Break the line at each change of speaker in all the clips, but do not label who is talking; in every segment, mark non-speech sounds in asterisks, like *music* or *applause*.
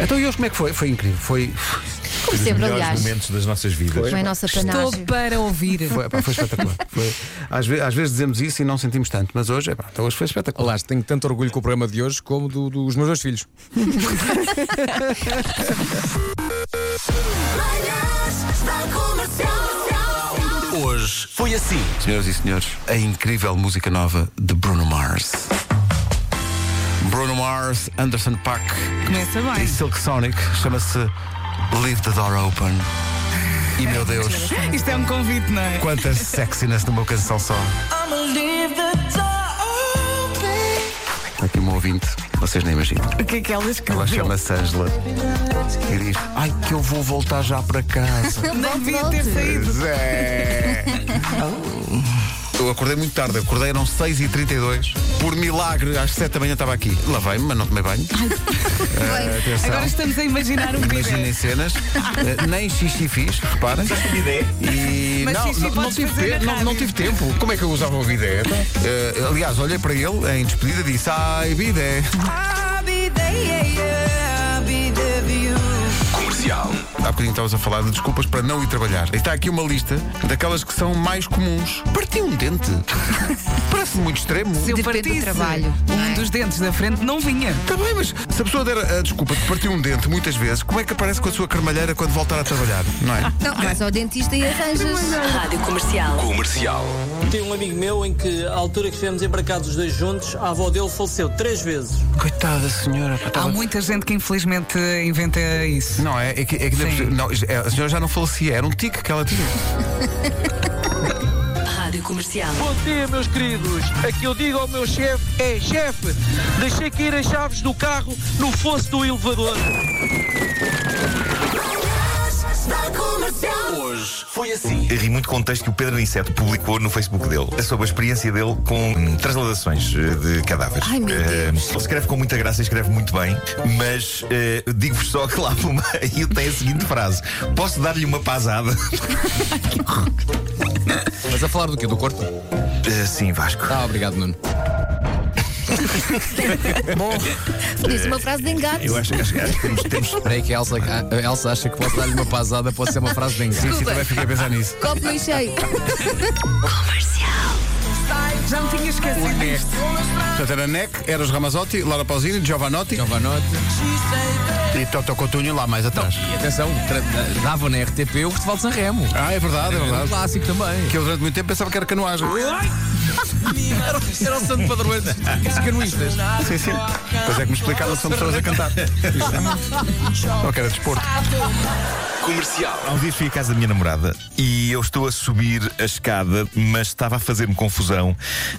Então e hoje como é que foi? Foi incrível. Foi,
Como
Dos
sempre,
melhores
aliás.
momentos das nossas vidas.
Foi a nossa
Estou
panagem.
para ouvir.
foi, epá, foi
*laughs*
espetacular. Foi- às, ve- às vezes dizemos isso e não sentimos tanto, mas hoje, epá, então hoje foi espetacular.
Aliás, tenho tanto orgulho com o programa de hoje como do- dos meus dois filhos.
Manhãs da Comercial.
Hoje foi assim. Senhoras e senhores, a incrível música nova de Bruno Mars. Bruno Mars, Anderson Paak
Começa
e
bem.
Silk Sonic chama-se Leave the Door Open. E meu Deus,
Isto é um convite, não é?
quanta sexiness numa canção só.
I'ma leave the door open.
Está
um
aqui uma ouvinte, vocês nem imaginam.
O que é que ela
Ela
escreveu?
chama-se Angela e diz: Ai, que eu vou voltar já para *laughs* casa. é.
Nem devia ter saído.
Zé. Eu acordei muito tarde, acordei eram 6h32. Por milagre, às 7 da manhã estava aqui. Lavei-me, mas não tomei banho. Eh, atenção.
Agora estamos a imaginar um vídeo.
Imaginem cenas, Eh, nem xixi fiz, reparem. E
Mas
não,
xixi
não, não
podes
tive
fazer na
tempo, não,
rádio.
não tive tempo. Como é que eu usava o bidé? Eh, aliás, olhei para ele em despedida e disse: Ai, bidé. Há bocadinho estavas a falar de desculpas para não ir trabalhar. E está aqui uma lista daquelas que são mais comuns. Parti um *laughs* dente. Parece muito extremo.
Se eu
Depende do
partisse,
trabalho, não
um
é?
dos dentes da frente não vinha.
Está Tá bem, mas se a pessoa der a a desculpa de partir um dente muitas vezes, como é que aparece com a sua carmalheira quando voltar a trabalhar? Não é?
Não, vais ao dentista e arranjas.
Rádio Comercial.
Tem um amigo meu em que, à altura que estivemos embarcados os dois juntos, a avó dele faleceu três vezes.
*laughs* Coitada senhora. pá,
Há
estava-
muita gente que infelizmente inventa isso.
Não é? É que, é que deve ser- não, é, a senhora já não falecia, era um tique que ela tinha.
Rádio Comercial.
Bom dia, meus queridos. Aqui eu digo ao meu chefe é: chefe, deixei cair as chaves do carro no fosso do elevador.
Manhãs da Comercial.
Ri muito com o texto que o Pedro Aniceto publicou no Facebook dele sobre a experiência dele com hum, transladações eh, de cadáveres.
Ai, meu
Eh, ele escreve com muita graça e escreve muito bem, mas eh, digo-vos só que lá no meio tem a seguinte frase: Posso dar-lhe uma pasada?
Mas a falar do quê? Do corpo?
Eh, sim, Vasco.
Ah, obrigado, Nuno.
Diz uma frase de engate.
Eu acho, acho- acho que temos, temos
Espera aí que a Elsa, a Elsa acha que posso dar-lhe uma pasada, pode ser uma frase de engano.
Sim, também fiquei a pensar *laughs* nisso.
Copo meio cheio.
Já me tinha esquecido.
Portanto, era NEC, Eros Ramazzotti, Laura Pausini, Giovanotti
Giovanotti.
e Toto Cotunho lá mais atrás.
Atenção, tra- dava na RTP o Festival de San Remo.
Ah, é verdade, é
Um
verdade.
clássico também.
Que eu durante muito tempo pensava que era canoagem.
Era, era o santo padroeiro dos dos canoístas.
Sim, sim. Pois é que me explicaram, são pessoas a cantar. Ou que era desporto.
Há um dia fui à casa da minha namorada e eu estou a subir a escada, mas estava a fazer-me confusão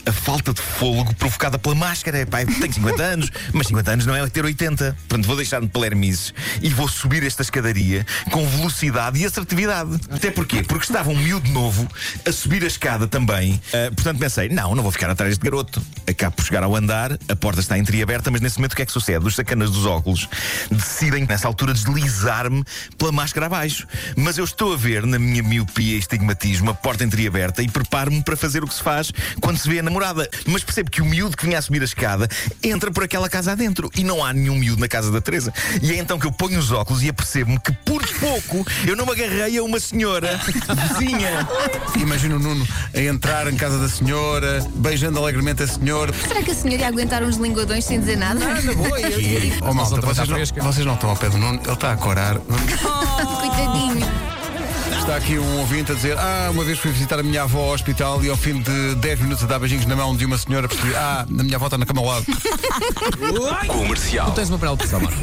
a falta de fôlego provocada pela máscara. Pai, tenho 50 anos, mas 50 anos não é ter 80. Portanto, vou deixar-me de palermices e vou subir esta escadaria com velocidade e assertividade. Até porquê? Porque estava um miúdo novo a subir a escada também. Ah, portanto, pensei, não, não vou ficar atrás deste garoto. Acabo por chegar ao andar, a porta está entreaberta, mas nesse momento o que é que sucede? Os sacanas dos óculos decidem, nessa altura, deslizar-me pela máscara abaixo. Mas eu estou a ver, na minha miopia e estigmatismo, a porta entreaberta e preparo-me para fazer o que se faz quando se vê a namorada. Mas percebo que o miúdo que vinha a subir a escada entra por aquela casa adentro e não há nenhum miúdo na casa da Teresa. E é então que eu ponho os óculos e apercebo-me que por pouco eu não me agarrei a uma senhora
*laughs*
vizinha.
Imagino o Nuno a entrar em casa da senhora, beijando alegremente a senhora.
Será que a senhora ia aguentar uns linguadões sem dizer nada? *laughs*
Oh, malta,
Mas ele também está
vocês
fresca.
não, vocês não estão ao pé do Nuno, ele está a corar.
Coitadinho.
Está aqui um ouvinte a dizer: Ah, uma vez fui visitar a minha avó ao hospital e ao fim de 10 minutos a dar beijinhos na mão de uma senhora percebi: Ah, a minha avó está na cama ao lado.
Tu tens uma panela de pressão, Marco.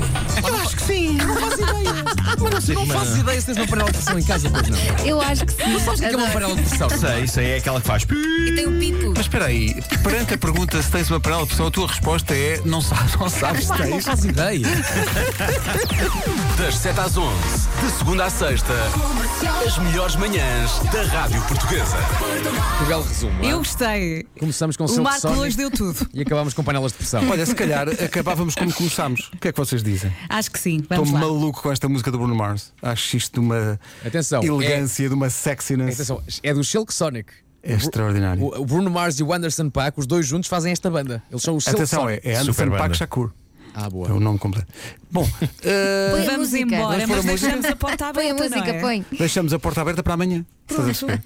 Eu acho que sim, não faço ideia. Mas não, sei, não faço ideia se tens uma panela de pressão em casa, pois não.
Eu acho que sim.
Sabes o que é que é uma
Adoro.
panela de pressão?
Sei, sei, é aquela que faz.
E tem o pipo.
Mas espera aí, perante a pergunta se tens uma panela de pressão, a tua resposta é: Não sabes, *laughs* não sabes se
Não
tens.
faço ideia.
Das 7 às 11, de segunda à sexta, as melhores manhãs da Rádio Portuguesa.
Que belo resumo.
Eu gostei.
Começamos com
O
Silk
Marco
Sonic
hoje deu tudo.
e acabámos com panelas de pressão.
Olha, se calhar acabávamos como começámos. O que é que vocês dizem?
Acho que sim.
Estou
Vamos lá.
maluco com esta música do Bruno Mars. Acho isto de uma
Atenção, É-
elegância, de uma sexiness.
Atenção, é do Silk Sonic.
É extraordinário.
O o Bruno Mars e o Anderson Paak, os dois juntos, fazem esta banda. Eles são os Silk
Atenção,
Sonic.
é, é Anderson
Super banda.
Paak Shakur.
Ah, boa.
um
É o nome completo. Bom, eh,
Põe a Vamos música. embora,
Vamos pôr
mas deixamos a porta
Põe a
aberta,
música,
não é?
põe.
Deixamos a porta aberta para amanhã. Estás a
*laughs*
perceber?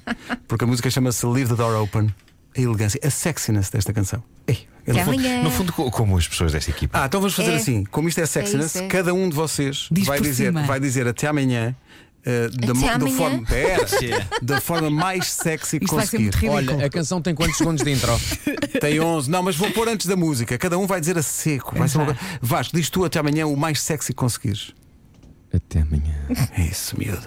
Porque a música chama-se Leave the Door Open. A elegância, a sexiness desta canção. Ei, eu
No
não vou-
fundo, no fundo, co- como as pessoas desta equipa.
Ah, então vamos fazer
É.
assim. Como isto é sexiness,
É isso, é.
cada um de vocês
Diz
vai
por
dizer,
cima.
vai dizer até amanhã. eh, da, mo-
Até
da
amanhã.
forma, pera,
Sim.
da forma mais sexy que
Isto vai ser
conseguir.
muito ridículo. Olha, a canção tem quantos segundos de intro?
Tem 11. Não, mas vou pôr antes da música. Cada um vai dizer a seco. Vai ser uma... coisa- Vasco, diz tu até amanhã o mais sexy que conseguires. *laughs* Até amanhã. É isso, miúdo.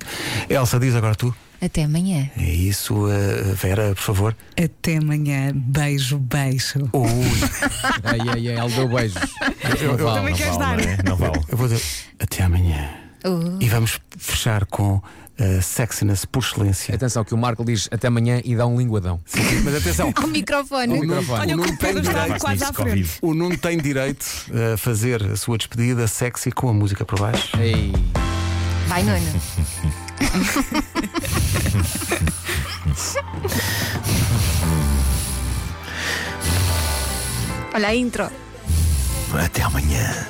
Elsa, diz agora tu.
Até
*laughs*
amanhã.
É isso, eh, Vera, por favor.
Até amanhã. Beijo, beijo.
Ui.
ai, ai, ai, ele deu beijos.
Eu- eu-
Não vale, não vale, não é? Não vale.
Eu vou dizer até amanhã. E vamos fechar com eh, sexiness por excelência.
Atenção, que o Marco diz até amanhã e dá um linguadão.
Mas atenção,
Ao microfone.
O Nuno- o Nuno tem direito- O Nuno tem direito a fazer a sua despedida sexy com a música por baixo.
Vai, Nuno. Olha a intro.
Até amanhã.